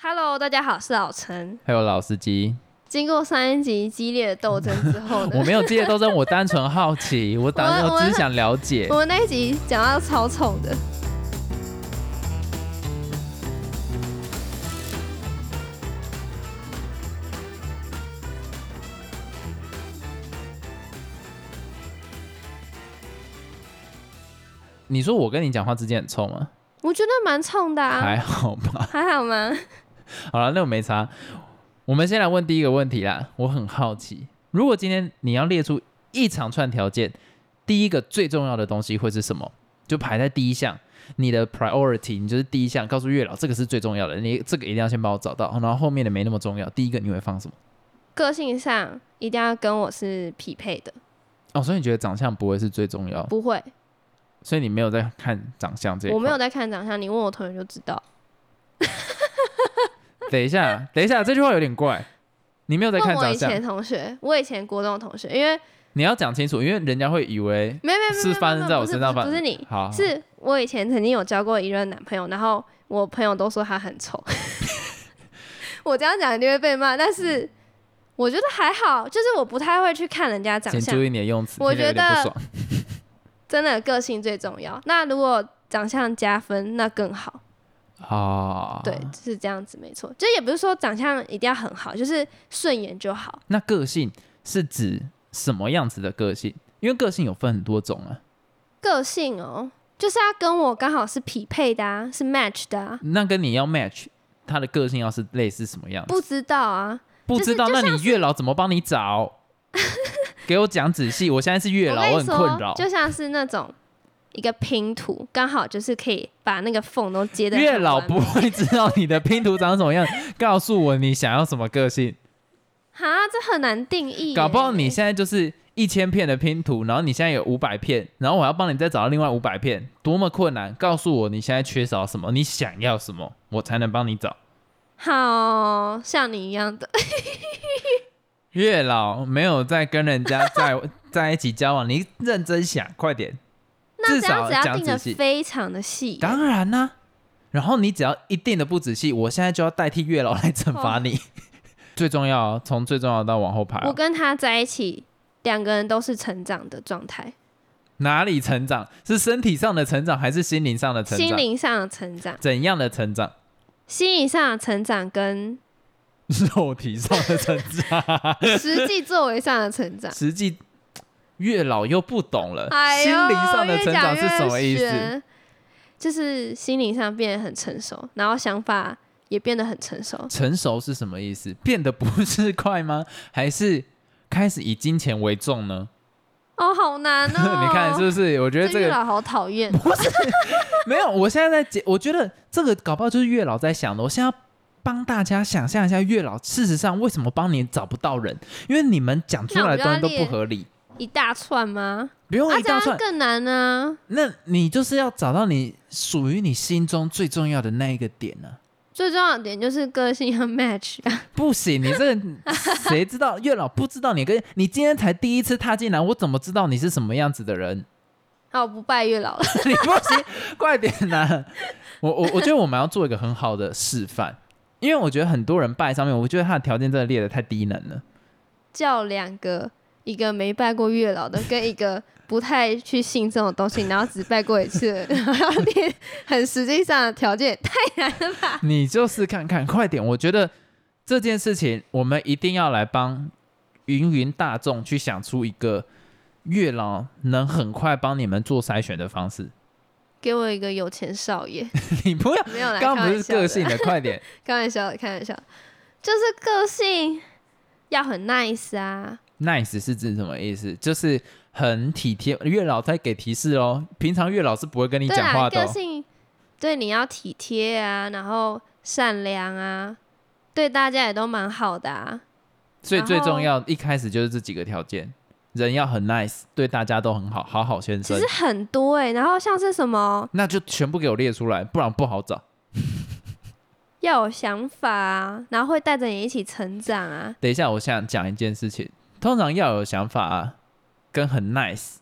Hello，大家好，是老陈。还有老司机，经过上一集激烈的斗争 之后我呢，没有激烈斗争，我单纯好奇，我我单们我只是想了解我。们那一集讲到超宠的，你说我跟你讲话之间很臭吗？我觉得蛮冲的啊，还好吧。 还好吗？好了，那我没差。我们先来问第一个问题啦，我很好奇，如果今天你要列出一长串条件，第一个最重要的东西会是什么？就排在第一项，你的 priority，你就是第一项，告诉月老这个是最重要的，你这个一定要先帮我找到，然后后面的没那么重要。第一个你会放什么？个性上一定要跟我是匹配的，哦，所以你觉得长相不会是最重要，不会，所以你没有在看长相这一我没块有在看长相，你问我同学就知道。 等一下，等一下，这句话有点怪。你没有在问看我长以前相，同学，我以前国中的同学，因为你要讲清楚，因为人家会以为没有没有没有没是有发生在我不是身上，不是发不是你，好，是我以前曾经有交过一任男朋友，然后我朋友都说他很丑。 我这样讲一定会被骂，但嗯是我觉得还好，就是我不太会去看人家长请相注，意你的用词，我听着有觉点得不爽。真的个性最重要。那如果长相加分，那更好。哦，对，是这样子，没错。就也不是说长相一定要很好，就是顺眼就好。那个性是指什么样子的个性？因为个性有分很多种啊。个性哦，就是要跟我刚好是匹配的啊，是 match 的啊。那跟你要 match，他的个性要是类似什么样子？不知道啊，不就是知道，那你月老怎么帮 你找？给我讲仔细，我现在是月我老，跟我你很困说扰，。就像是那种一个拼图，刚好就是可以把那个缝都接的。月老不会知道你的拼图长什么样，告诉我你想要什么个性。哈，这很难定义耶。搞不好你现在就是一千片的拼图，然后你现在有五百片，然后我要帮你再找到另外五百片，多么困难！告诉我你现在缺少什么，你想要什么，我才能帮你找。好像你一样的，月老没有在跟人家在在一起交往，你认真想，快 点，那至这样少子要讲定的仔细。非常的细。当然啦、然后你只要一定的不仔细，我现在就要代替月老来惩罚你。 最重要哦，从最重要的到往后排哦、我跟他在一起，两个人都是成长的状态，哪里成长？是身体上的成长，还是心灵上的成心长？灵上的成长，怎样的成长？心灵上的成长跟 肉体上的成长，。实际作为上的成长 实际月老又不懂了，哎呦 心灵上的成长是什么意？越讲越思？玄就是心灵上变得很成熟，然后想法也变得很成熟。成熟是什么意思？变得不是快吗？ 还是开始以金钱为重呢？哦，好难哦！ 你看是不是？我觉得这这月个老好讨厌。没有，我现在在解，我觉得这个搞不好就是月老在想的。我现在要帮大家想象一下，月老事实上为什么帮你找不到人？因为你们讲出来的东西都不合理，一大串吗？不用啊，哦一这大样串。更难啊！那你就是要找到你属于你心中最重要的那一个点呢、最重要的点就是个性要 match 啊，不行，你这个谁知道月老不知道你跟你今天才第一次踏进来，我怎么知道你是什么样子的人？ 好，啊我不拜月老了。你不行，快点呐、我我我觉得我们要做一个很好的示范，因为我觉得很多人拜上面，我觉得他的条件真的列的太低能了。叫两个，一个没拜过月老的，跟一个不太去信这种东西，然后只拜过一次 的，然后要列很实际上的条件，太难了吧？你就是看看，快点！我觉得这件事情我们一定要来帮芸芸大众去想出一个月老能很快帮你们做筛选的方式。 给我一个有钱少爷，你不要，没有啦，开刚刚不玩是笑的个性的，快点！开玩笑的，开玩笑的，就是个性要很 nice 啊， nice 是指什么意思？就是很体贴。月老在给提示哦，平常月老是不会跟你对讲啊，话的、个哦。性对你要体贴啊，然后善良啊，对大家也都蛮好的啊。所以然最重后要一开始就是这几个条件：人要很 nice，对大家都很好，好好先其生实。很多哎、然后像是什么那就全部给我列出来，不然不好找。要有想法啊，然后会带着你一起成长啊，等一下，我想讲一件事情，通常要有想法啊，跟很 nice，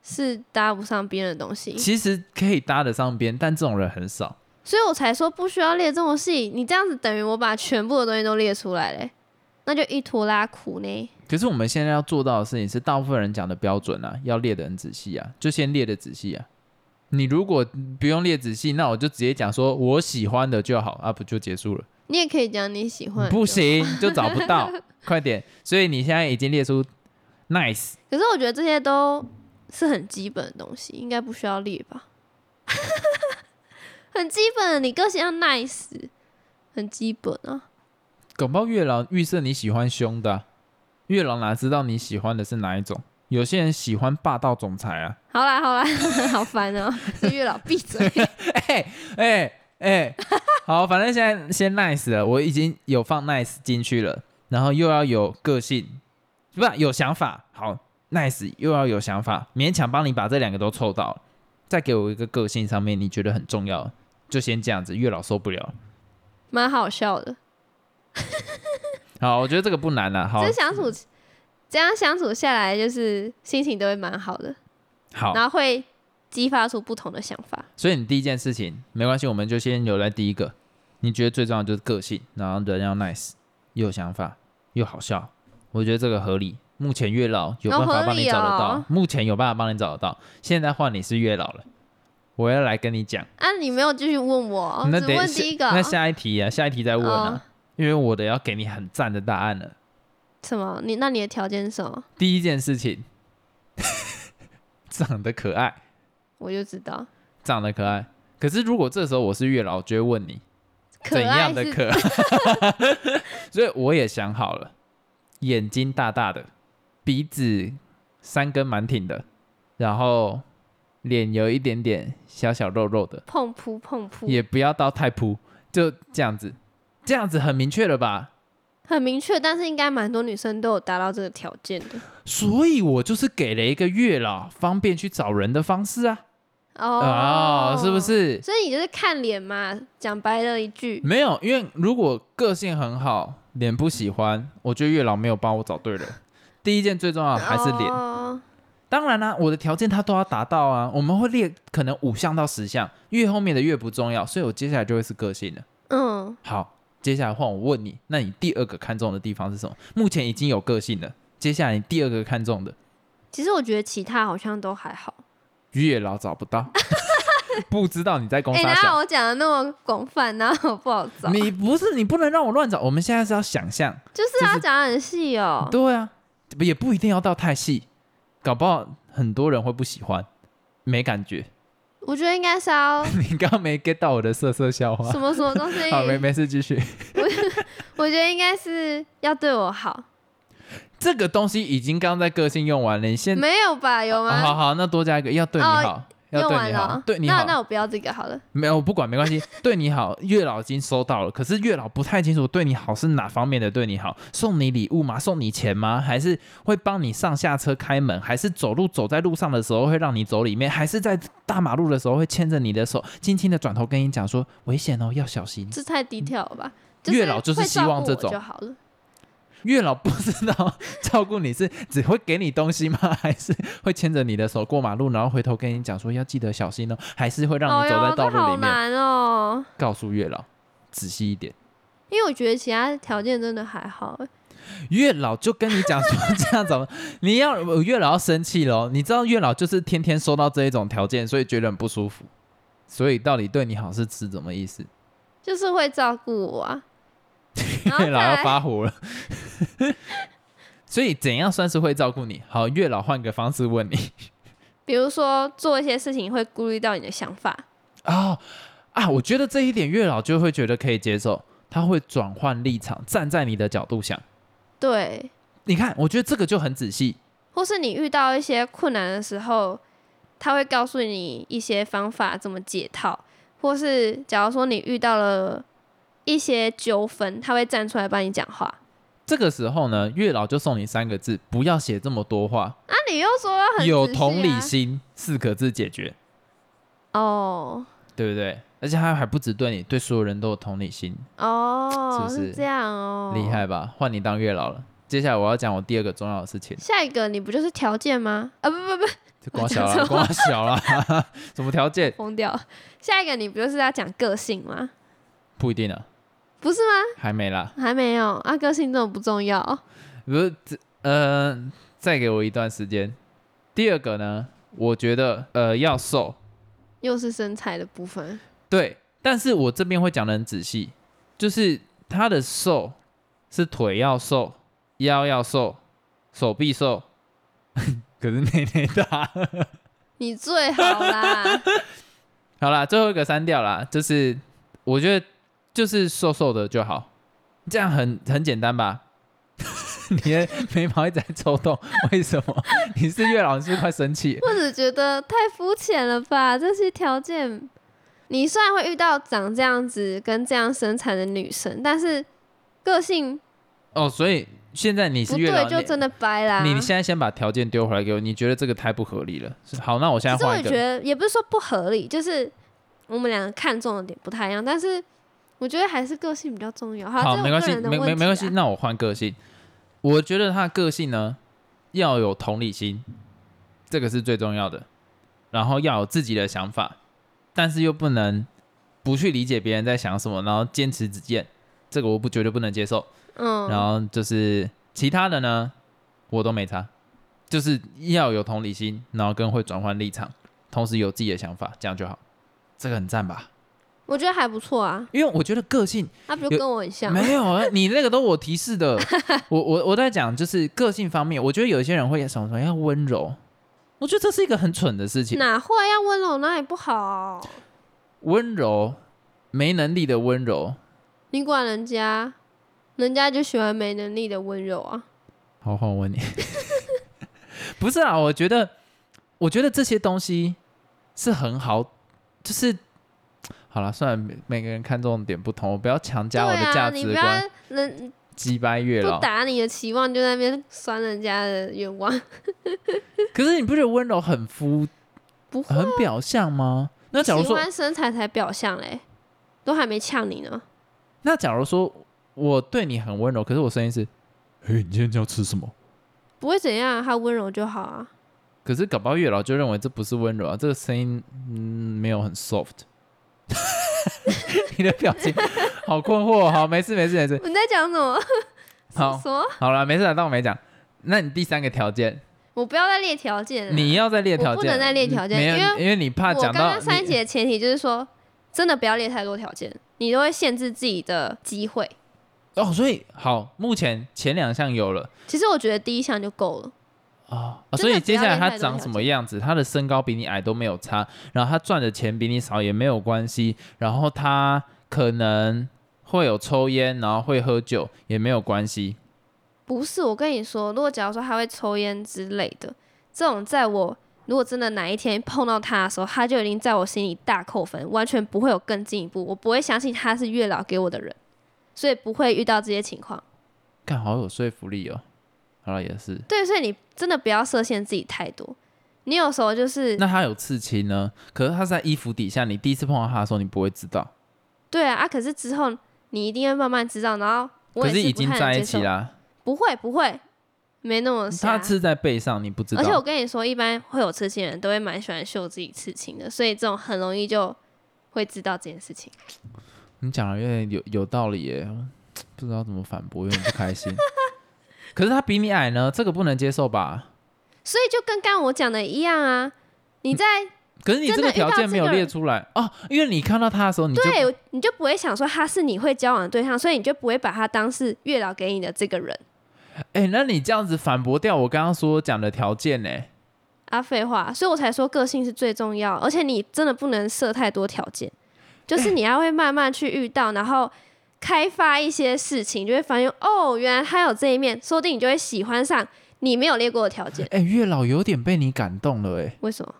是搭不上边的东西。嗯其实可以搭得上边，但这种人很少。所以我才说不需要列这么细。你这样子等于我把全部的东西都列出来嘞，那就一拖拉苦呢。可是我们现在要做到的事情是，大部分人讲的标准啊，要列得很仔细啊，就先列的仔细啊。你如果不用列仔细，那我就直接讲说我喜欢的就好啊，不就结束了？你也可以讲你喜欢，不。行，就找不到，快点！所以你现在已经列出 nice，可是我觉得这些都是很基本的东西，应该不需要列吧？ 很基本，你个性要 nice，很基本啊。搞不好月老预设你喜欢凶的啊、月老哪知道你喜欢的是哪一种？有些人喜欢霸道总裁啊，好啦好啦， 好烦哦、是月老闭嘴。哎哎 哎，好，反正现在先 nice 了，我已经有放 nice 进去了，然后又要有个性，不是有想法，好 nice 又要有想法，勉强帮你把这两个都凑到了，再给我一个个性上面你觉得很重要，就先这样子，月老受不了。蛮好笑的。好，我觉得这个不难啊啦，好这相处这样相处下来，就是心情都会蛮好的，好，然后会激发出不同的想法。所以你第一件事情没关系，我们就先留在第一个，你觉得最重要的就是个性，然后人要 nice，又有想法，又好笑，我觉得这个合理。目前月老有办好法合帮你理找得到，哦目前有办法帮你找得到，现在换你是月老了，我要来跟你讲，啊，你没有继续问我，那哦只得问下第一个哦那下一题啊，下一题再问啊，因为我的要给你很赞的答案了。什么？你那你的条件是什么？第一件事情， 长得可爱，我就知道，长得可爱。可是如果这时候我是月老，我就会问你，可怎爱样的是可爱？ 所以我也想好了，眼睛大大的，鼻子三根蛮挺的，然后脸有一点点小小肉肉的，碰扑碰扑，也不要到太扑，就这样子，这样子很明确了吧？很明确，但是应该蛮多女生都有达到这个条件的。所以我就是给了一个月老方便去找人的方式啊，哦哦，，是不？嗯是？所以你就是看脸嘛，讲白了一句，没有，因为如果个性很好，脸不喜欢，我觉得月老没有帮我找对人。第一件最重要的还是脸，哦当然啦、我的条件他都要达到啊。我们会列可能五项到十项，越后面的越不重要，所以我接下来就会是个性了。嗯，好，接下来换我问你，那你第二个看重的地方是什么？目前已经有个性了，接下来你第二个看重的其实我觉得其他好像都还好。月老找不到， 不知道你在攻哎、啥哪有小？我讲的那么广泛，哪有不好找？你不是你不能让我乱找，我们现在是要想象，就是要讲得很细哦、对啊，也不一定要到太细，搞不好很多人会不喜欢，没感觉。 我觉得应该是要你刚刚没 get 到我的色色笑话什，么什么东西，好，没没事，继续。我觉得应该是要对我好，这个东西已经刚刚在个性用完了，你先、没有吧？有哦嗯吗？好好，那多加一个要对你哦好，要用对完你了好哦，，对你那好，那我不要这个好了。没有我不管没关 系，对你好，月老已经收到了，可是月老不太清楚对你好是哪方面的对你好，送你礼物吗？送你钱吗？还是会帮你上下车开门？还是走路走在路上的时候会让你走里面？还是在大马路的时候会牵着你的手，轻轻的转头跟你讲说危险哦，要小心。这太低调了吧？月老就是会希照望顾这我种就好了。月老不知道照顾你是只会给你东西吗？还是会牵着你的手过马路，然后回头跟你讲说要记得小心哦？还是会让哎你呦走在这道路好里面？难哦、告诉月老，仔细一点。因为我觉得其他条件真的还好、欸月老就跟你讲说这样怎么， 你要呃月老要生气喽。你知道月老就是天天收到这一种条件，所以觉得很不舒服。所以到底对你好是指什么意思？就是会照顾我 啊。然后月再老要来，发火了。 所以怎样算是会照顾你？好，月老换个方式问你比如说做一些事情会顾虑到你的想法，哦啊，我觉得这一点月老就会觉得可以接受，他会转换立场，站在你的角度想。对，你看，我觉得这个就很仔细，或是你遇到一些困难的时候，他会告诉你一些方法怎么解套，或是假如说你遇到了一些纠纷，他会站出来帮你讲话。啊这个时候呢，月老就送你三个字：不要写这么多话，啊，你又说要很、仔有细同理啊心四个字解决，哦对不对？而且他还不止对你，对所有人都有同理心，哦，是不是这样哦，厉。害吧？换你当月老了。接下来我要讲我第二个重要的事情，下一个你不就是条件吗？啊，不不不， 就光小讲了，错话光小了， 什么条件疯掉。下一个你不就是要讲个性吗？不一定啊，不是吗？还没啦。还没有啊，个性这么不重要。比如这呃，再给我一段时间。第二个呢，我觉得呃要瘦，又是身材的部分，对，但是我这边会讲的很仔细，就是他的瘦是腿要瘦，腰要瘦，手臂瘦， 可是内内大。你最好啦。 好啦，最后一个删掉啦，就是我觉得就是瘦瘦的就好，这样很很简单吧。 你的眉毛一直在抽动，为什么？你是月老，你是不是快生气了？我只觉得太肤浅了吧，这些条件。你虽然会遇到长这样子跟这样身材的女生，但是个性哦，所以现在你不是月老，对就啊真的掰啦。你你现在先把条件丢回来给我，你觉得这个太不合理了。是好，那我现在其实我换也一觉个。得也不是说不合理，就是我们两个看重的点不太一样，但是我觉得还是个性比较重要。好，这没是我关个系，人的没问没题没关啊系。那我换个性，我觉得他的个性呢要有同理心，这个是最重要的，然后要有自己的想法，但是又不能不去理解别人在想什么，然后坚持己见，这个我不绝对不能接受。嗯，然后就是其他的呢，我都没差，就是要有同理心，然后跟会转换立场，同时有自己的想法，这样就好。这个很赞吧？我觉得还不错啊，因为我觉得个性他不有就跟我很像？没有啊，你那个都我提示的。我我我在讲就是个性方面，我觉得有一些人会想说要温柔，我觉得这是一个很蠢的事情。哪会要温柔哪里不好？温柔，没能力的温柔，你管人家，人家就喜欢没能力的温柔啊。好，换我问你。 不是啊，我觉得，我觉得这些东西是很好，就是好了，算了，每每个人看重点不同，我不要强对加我的价啊，你值不观，要人击败月不老。打你的期望，就在那边酸人家的愿望，可是你不觉得温柔很肤、不会。很表象吗？呃那假如喜说，欢身材才表象嘞，都还没呛你呢。那假如说我对你很温柔，可是我声音是，哎、你今天要吃什么？不会怎样啊，他温柔就好啊。可是搞不好月老就认为这不是温柔啊，这个声音嗯没有很 soft。你的表情好困惑，好，没事没事 没事，你在讲什么？好 什么？好了，没事啦，当我没讲。那你第三个条件，我不要再列条件了。你要再列条嗯件，我不能再列条件没有，因为因为你怕我讲刚到刚上一你节的前提就是说，真的不要列太多条件，你都会限制自己的机会。哦，所以好，目前前两项有了其实我觉得第一项就够了。哦啊所真的以不接要下来列太他多长条什么样子，他的身高比你矮都没有差，然后他赚的钱比你少也没有关系，然后他可能会有抽烟，然后会喝酒也没有关系，不是，我跟你说，如果假如说他会抽烟之类的，这种在我如果真的哪一天碰到他的时候，他就已经在我心里大扣分，完全不会有更进一步，我不会相信他是月老给我的人，所以不会遇到这些情况。看好有说服力哦。好了，也是。对，所以你真的不要设限自己太多，你有时候就是那他有刺青呢，可是他是在衣服底下，你第一次碰到他的时候，你不会知道。对啊啊，可是之后你一定会慢慢知道，然后我可也是已不经太能在一接起受，啦，不会不会，没那么他瞎。刺在背上，你不知道。啊而且我跟你说，一般会有刺青的人都会蛮喜欢秀自己刺青的，所以这种很容易就会知道这件事情。你讲的有点有有道理耶，不知道怎么反驳，有点不开心。 可是他比你矮呢，这个不能接受吧？所以就跟刚刚我讲的一样啊，你在、可嗯是你这真的个遇条到件这没有个列人出来哦，因为你看到他的时候，你就对，你就不会想说他是你会交往的对象，所以你就不会把他当是月老给你的这个人哎、那你这样子反驳掉我刚刚所讲的条件呢？啊。废话，所以我才说个性是最重要，而且你真的不能设太多条件，就是你要会慢慢去遇到，然后。开发一些事情，就会发现哦，原来他有这一面，说不定你就会喜欢上你没有列过的条 件。哎、月老有点被你感动了哎，为什么？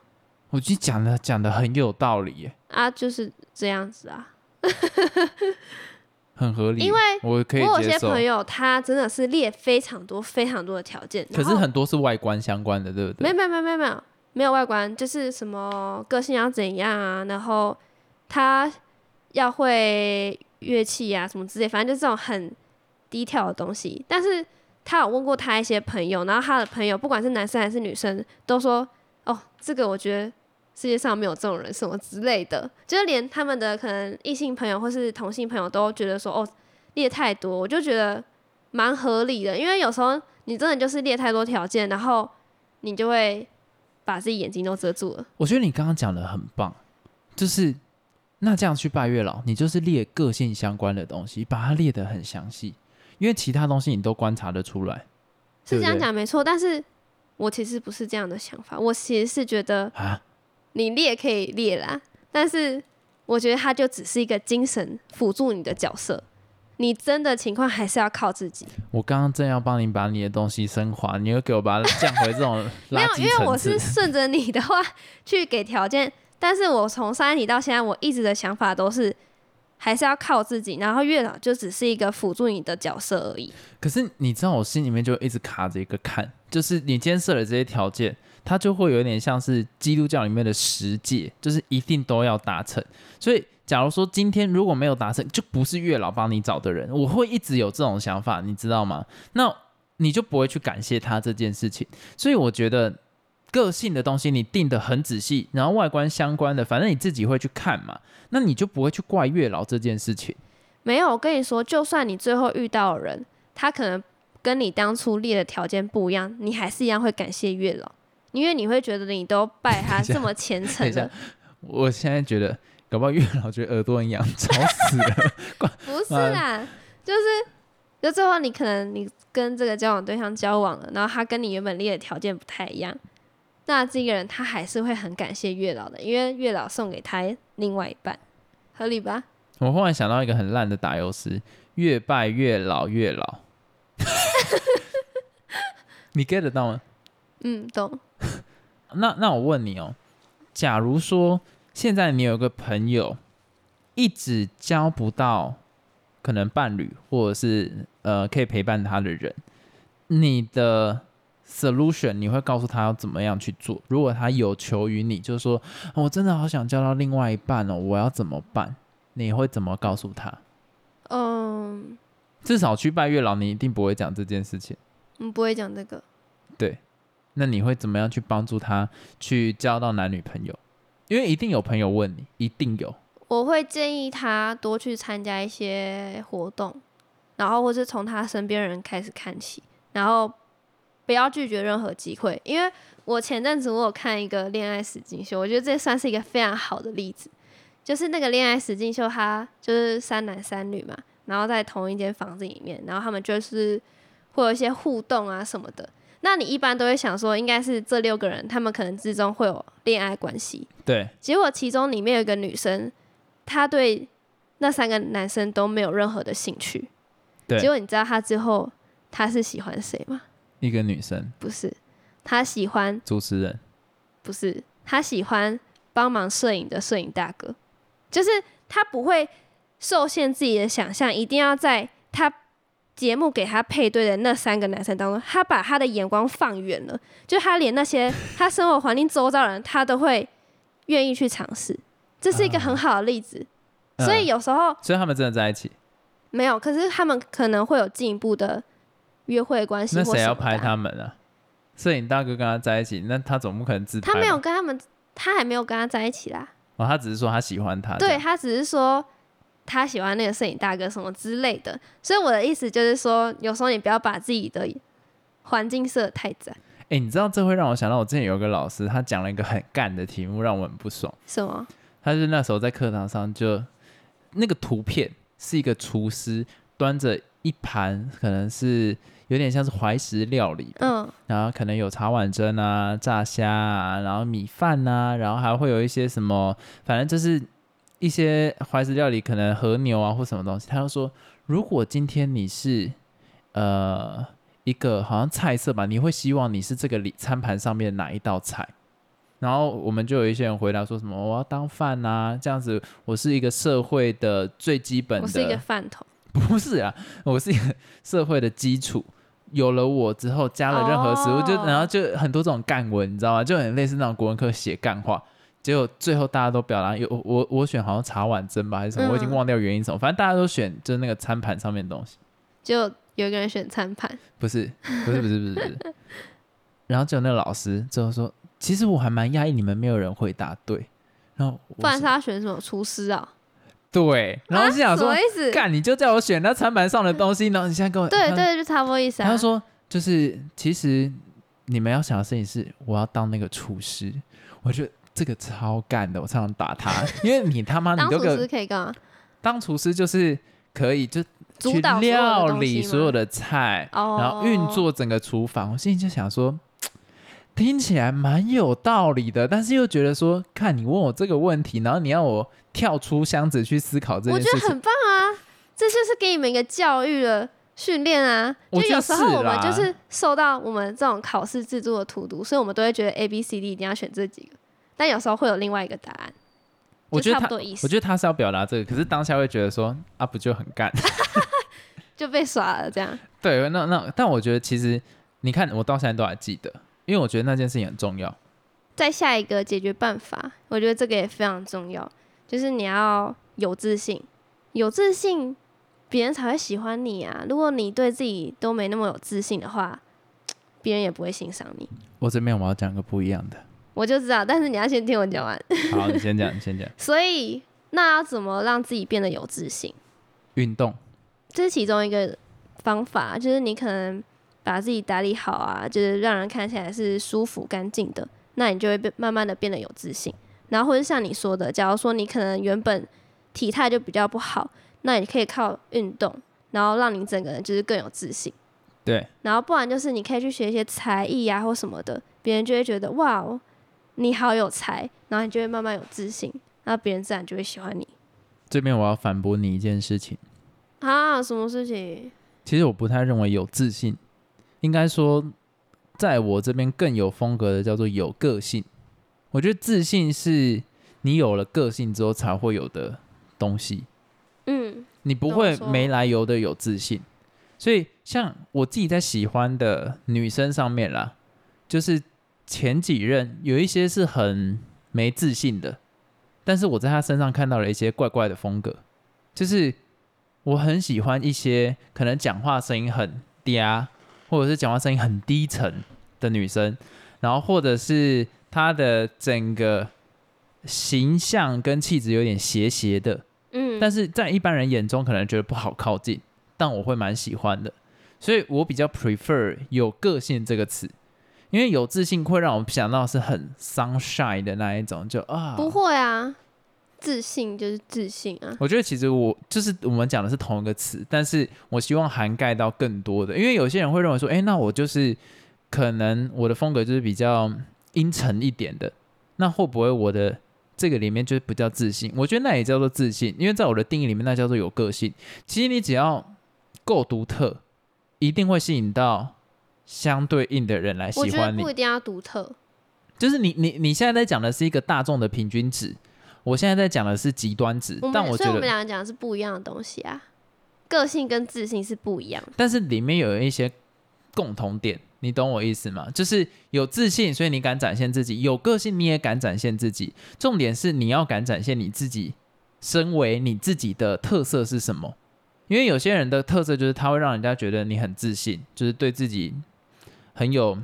我觉得讲的讲的很有道理哎耶，啊，就是这样子啊。很合理，因为我可我以有接些受朋。友他真的是列非常多非常多的条件，可然是后很多是外观相关的，对不没对？有没有没有没有没有没有外观，就是什么个性要怎样啊，然后他要会乐器啊什么之类，反正就是这种很低调的东西。但是他有问过他一些朋友，然后他的朋友不管是男生还是女生，都说哦，这个我觉得世界上没有这种人什么之类的，就是连他们的可能异性朋友或是同性朋友都觉得说哦列太多，我就觉得蛮合理的，因为有时候你真的就是列太多条件，然后你就会把自己眼睛都遮住了。我觉得你刚刚讲的很棒，就是那这样去拜月老，你就是列个性相关的东西，把它列得很详细，因为其他东西你都观察得出来是对不这样对讲没错，但是我其实不是这样的想法，我其实是觉得啊。你列可以列啦，但是我觉得它就只是一个精神辅助你的角色，你真的情况还是要靠自己。我刚刚正要帮你把你的东西升华，你又给我把它降回这种 没垃有，因圾为层我是次。 顺着你的话 去给条件，但是我从三题到现在，我一直的想法都是还是要靠自己，然后月老就只是一个辅助你的角色而已。可是你知道，我心里面就一直卡着一个坎，就是你今天设了这些条件，它就会有点像是基督教里面的十戒，就是一定都要达成。所以，假如说今天如果没有达成，就不是月老帮你找的人，我会一直有这种想法，你知道吗？那你就不会去感谢他这件事情。所以，我觉得个性的东西你定的很仔细，然后外观相关的，反正你自己会去看嘛，那你就不会去怪月老这件事情。没有，我跟你说，就算你最后遇到的人，他可能跟你当初列的条件不一样，你还是一样会感谢月老，因为你会觉得你都拜他 等一下这么虔等诚一下了，，我现在觉得，搞不好月老觉得耳朵很痒，吵死了。不是啦，就是就最后你可能你跟这个交往对象交往了，然后他跟你原本列的条件不太一样，那这个人他还是会很感谢月老的，因为月老送给他另外一半，合理吧？ 我忽然想到一个很烂的打油诗：越拜越老，越 老。你 get 得到吗？嗯，懂。那那我问你哦，假如说现在你有个朋友一直交不到可能伴侣或者是呃可以陪伴他的人，你的 solution 你会告诉他要怎么样去做？如果他有求于你，就是说、哦我真的好想交到另外一半哦，我要怎么办？你会怎么告诉他？嗯，至少去拜月老，你一定不会讲这件事情。我不会讲这个。那你会怎么样去帮助他去交到男女朋友？因为一定有朋友问你，一定有。我会建议他多去参加一些活动，然后或是从他身边人开始看起，然后不要拒绝任何机会。因为我前阵子我有看一个恋爱实境秀，我觉得这算是一个非常好的例子。就是那个恋爱实境秀，它就是三男三女嘛，然后在同一间房子里面，然后他们就是会有一些互动啊什么的。那你一般都会想说，应该是这六个人，他们可能之中会有恋爱关系。对，结果其中里面有一个女生，她对那三个男生都没有任何的兴趣。对结果你知道她之后她是喜欢谁吗？一个女生不是，她喜欢主持人，不是，她喜欢帮忙摄影的摄影大哥，就是她不会受限自己的想象，一定要在她节目给她配对的那三个男生当中，她把她的眼光放远了，就她连那些她生活环境周遭的人，她都会愿意去尝试，这是一个很好的例子。嗯所以有时候所以他们真的在一起。没有，可是他们可能会有进一步的约会关系那或什么谁的啊、要拍他们啊？摄影大哥跟他在一起，那他总不可能自拍吧？他没有跟他们，他还没有跟他在一起啦。哦，他只是说他喜欢他。这对样，他只是说他喜欢那个摄影大哥什么之类的，所以我的意思就是说，有时候你不要把自己的环境设得太窄。哎，你知道这会让我想到我之前有一个老师，他讲了一个很干的题目，让我很不爽。什么？他是那时候在课堂上就那个图片是一个厨师端着一盘，可能是有点像是怀石料理吧，嗯，然后可能有茶碗蒸啊、炸虾啊，然后米饭呐、然后还会有一些什么，反正就是一些怀石料理，可能和牛啊或什么东西。他就说，如果今天你是呃一个好像菜色吧，你会希望你是这个里餐盘上面哪一道菜？然后我们就有一些人回答说什么我要当饭啊，这样子我是一个社会的最基本的，我是一个饭桶。不是啊，我是一个社会的基础。有了我之后，加了任何食物，哦就然后就很多这种干文，你知道吗？就很类似那种国文课写干话。结果最后大家都表达有我我我选好像茶碗蒸吧还是什么，嗯我已经忘掉原因是什么，反正大家都选就是那个餐盘上面的东西，就有一个人选餐盘，不是不是不是不是不是。然后就那个老师最后说，其实我还蛮讶异你们没有人会答对，然后我不然是是要选什么厨师啊？对，然后啊我心想什说么，意思？干你就叫我选那餐盘上的东西，然后你现在跟我对他对，就差不多意思啊。他就说，就是其实你们要想的事情是，我要当那个厨师，我觉得这个超干的，我常常 打他，因为你他妈你当都厨给师我可以干嘛？当厨师就是可以就主去导所有的料东西理吗所有的菜，哦，然后运。作整个厨房，我心里就想说。听起来蛮有道理的，但是又觉得说，看你问我这个问题，然后你要我跳出箱子去思考这我件觉事得情，很棒啊，这就是给你们一个教育的训练啊。我就觉得有时候是我们就啦是受到我们这种考试制度的荼毒，所以我们都会觉得 A、B、C、D 一定要选这几个，但有时候会有另外一个答案，我就觉得差不他，多意思我，觉得他是要表达这个，可是当下会觉得说，啊不就很干，就被耍了这样。对，那那但我觉得其实你看，我到现在都还记得，因为我觉得那件事情很重要。再下一个解决办法，我觉得这个也非常重要，就是你要有自信，有自信，别人才会喜欢你啊。如果你对自己都没那么有自信的话，别人也不会欣赏你。我这边我要讲个不一样的。我就知道，但是你要先听我讲完。好，你先讲，你先讲。所以，那要怎么让自己变得有自信？运动，这是其中一个方法，就是你可能把自己打理好啊，就是让人看起来是舒服干净的，那你就会变慢慢的变得有自信。然后或者像你说的，假如说你可能原本体态就比较不好，那你可以靠运动，然后让你整个人就是更有自信。对，然后不然就是你可以去学一些才艺啊或什么的，别人就会觉得哇哦，你好有才，然后你就会慢慢有自信，那别人自然就会喜欢你这边我要反驳你一件事情。啊。什么事情？其实我不太认为有自信，应该说，在我这边更有风格的叫做有个性。我觉得自信是你有了个性之后才会有的东西。嗯，你不怎会么说没来由的有自信。所以像我自己在喜欢的女生上面啦，就是前几任有一些是很没自信的，但是我在她身上看到了一些怪怪的风格，就是我很喜欢一些可能讲话声音很嗲，或者是讲话声音很低沉的女生，然后或者是她的整个形象跟气质有点斜斜的，嗯，但是在一般人眼中可能觉得不好靠近，但我会蛮喜欢的，所以我比较 prefer 有个性这个词，因为有自信会让我想到是很 sunshine 的那一种，就啊，不会啊，自信就是自信啊。我觉得其实我就是我们讲的是同一个词，但是我希望涵盖到更多的，因为有些人会认为说，哎、那我就是可能我的风格就是比较阴沉一点的，那会不会我的这个里面就是不叫自信？我觉得那也叫做自信，因为在我的定义里面，那叫做有个性。其实你只要够独特，一定会吸引到相对应的人来我喜觉得欢你不。一定要独特，就是你你你现在在讲的是一个大众的平均值，我现在在讲的是极端值我，们但我所以觉我得们两个讲的是不一样的东西啊。个性跟自信是不一样的，但是里面有一些共同点，你懂我意思吗？就是有自信，所以你敢展现自己；有个性，你也敢展现自己。重点是你要敢展现你自己，身为你自己的特色是什么？因为有些人的特色就是他会让人家觉得你很自信，就是对自己很有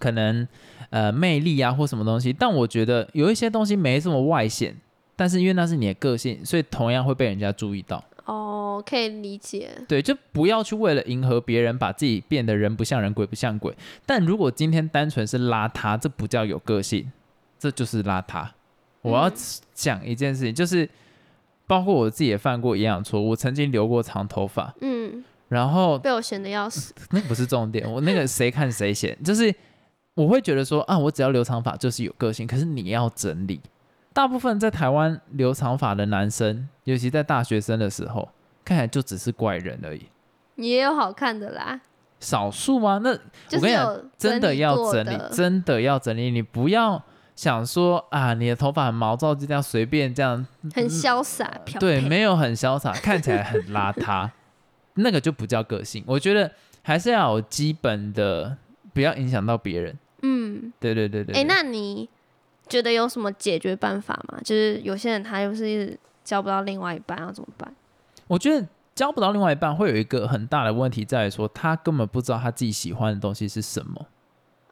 可能呃魅力啊或什么东西。但我觉得有一些东西没这么外显，但是因为那是你的个性，所以同样会被人家注意到。哦，可以理解。对，就不要去为了迎合别人，把自己变得人不像人，鬼不像鬼。但如果今天单纯是邋遢，这不叫有个性，这就是邋遢。我要嗯讲一件事情，就是包括我自己也犯过一样的错误，我曾经留过长头发，嗯，然后被我选的要死。那不是重点，我那个谁看谁闲，就是我会觉得说啊，我只要留长发就是有个性，可是你要整理。大部分在台湾留长发的男生，尤其在大学生的时候，看起来就只是怪人而已。你也有好看的啦，少数吗？那就我跟是你讲有真的要过整理，的真的要整理。你不要想说啊，你的头发很毛躁，就这样随便这样，很潇洒飘对，飘没有很潇 洒，看起来很邋遢，那个就不叫个性。我觉得还是要有基本的，不要影响到别人。嗯，对对对对哎、对那你觉得有什么解决办法吗？就是有些人他就是一直交不到另外一半，要怎么办？我觉得交不到另外一半，会有一个很大的问题在于说，他根本不知道他自己喜欢的东西是什么。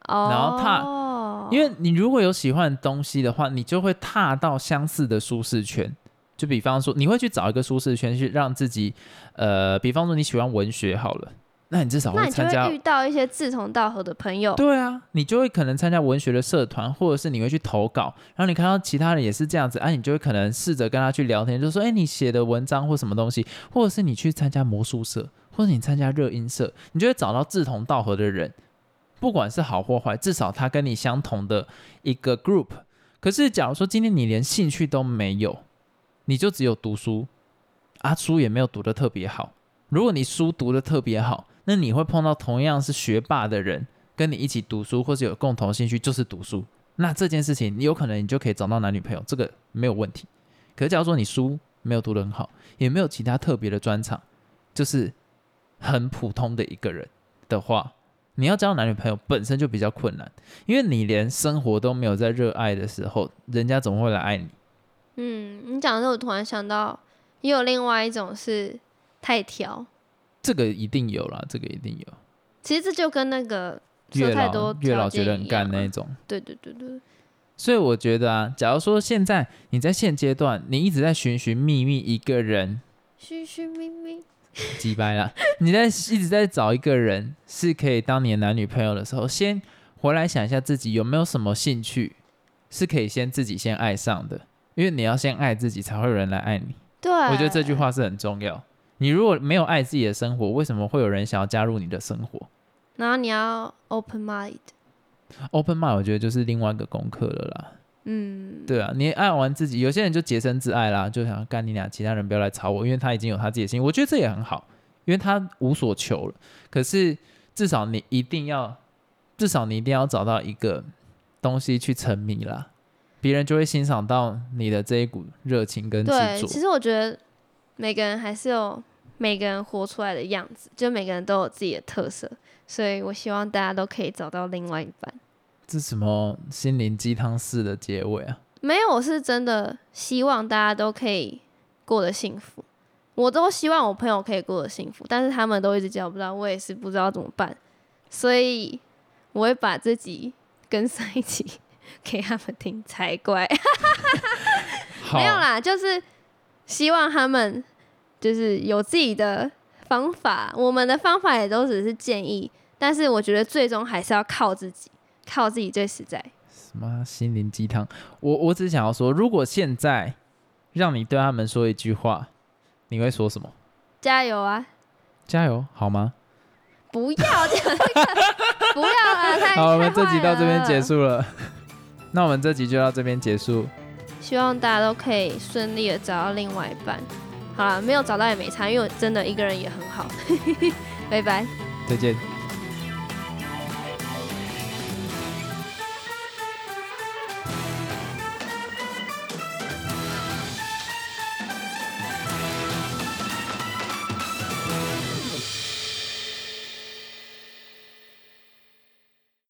哦，后他哦，因为你如果有喜欢的东西的话，你就会踏到相似的舒适圈。就比方说，你会去找一个舒适圈，去让自己，呃，比方说你喜欢文学好了，那你至少那会你就参加会遇，到一些志同道合的朋友，对啊，你就会可能参加文学的社团，或者是你会去投稿，然后你看到其他人也是这样子，哎、啊，你就会可能试着跟他去聊天，就说，哎、你写的文章或什么东西，或者是你去参加魔术社， 或者你参加热音社，你就会找到志同道合的人，不管是好或坏，至少他跟你相同的一个 group。可是，假如说今天你连兴趣都没有，你就只有读书，啊，书也没有读得特别好。如果你书读得特别好，那你会碰到同样是学霸的人，跟你一起读书，或是有共同兴趣，就是读书。那这件事情，你有可能你就可以找到男女朋友，这个没有问题。可是，假如说你书没有读得很好，也没有其他特别的专长，就是很普通的一个人的话，你要交男女朋友本身就比较困难，因为你连生活都没有在热爱的时候，人家怎么会来爱你？嗯，你讲的我突然想到，也有另外一种是太挑，这个一定有啦，这个一定有。其实这就跟那个说月太多老月条老件觉得很一样干啊那一种。对对对对，所以我觉得啊，假如说现在你在现阶段，你一直在寻寻觅觅一个人，寻寻觅觅，鸡掰啦，你在一直在找一个人是可以当你的男女朋友的时候，先回来想一下自己有没有什么兴趣是可以先自己先爱上的，因为你要先爱自己，才会有人来爱你。对，我觉得这句话是很重要。你如果没有爱自己的生活，为什么会有人想要加入你的生活然后你要 open mind， ？Open mind，我觉得就是另外一个功课了啦。嗯，对啊，你爱完自己，有些人就洁身自爱啦，就想干你俩，其他人不要来吵我，因为他已经有他自己的心，我觉得这也很好，因为他无所求了。可是至少你一定要，至少你一定要找到一个东西去沉迷啦，别人就会欣赏到你的这一股热情跟执对，着。其实我觉得每个人还是有每个人活出来的样子，就每个人都有自己的特色，所以我希望大家都可以找到另外一半。这什么心灵鸡汤式的结尾啊？没有，我是真的希望大家都可以过得幸福。我都希望我朋友可以过得幸福，但是他们都一直交不到，我也是不知道怎么办，所以我会把自己跟上一起给他们听才怪。 好没有啦，就是希望他们就是有自己的方法，我们的方法也都只是建议，但是我觉得最终还是要靠自己，靠自己最实在。什么心灵鸡汤？我我只想要说，如果现在让你对他们说一句话，你会说什么？加油啊！加油，好吗？不要讲那个，不要了，太好，我们太这集坏到这边结了束了。 那我们这集就到这边结束。希望大家都可以顺利的找到另外一半。 好了，没有找到也没差，因为我真的一个人也很好。拜拜。再见。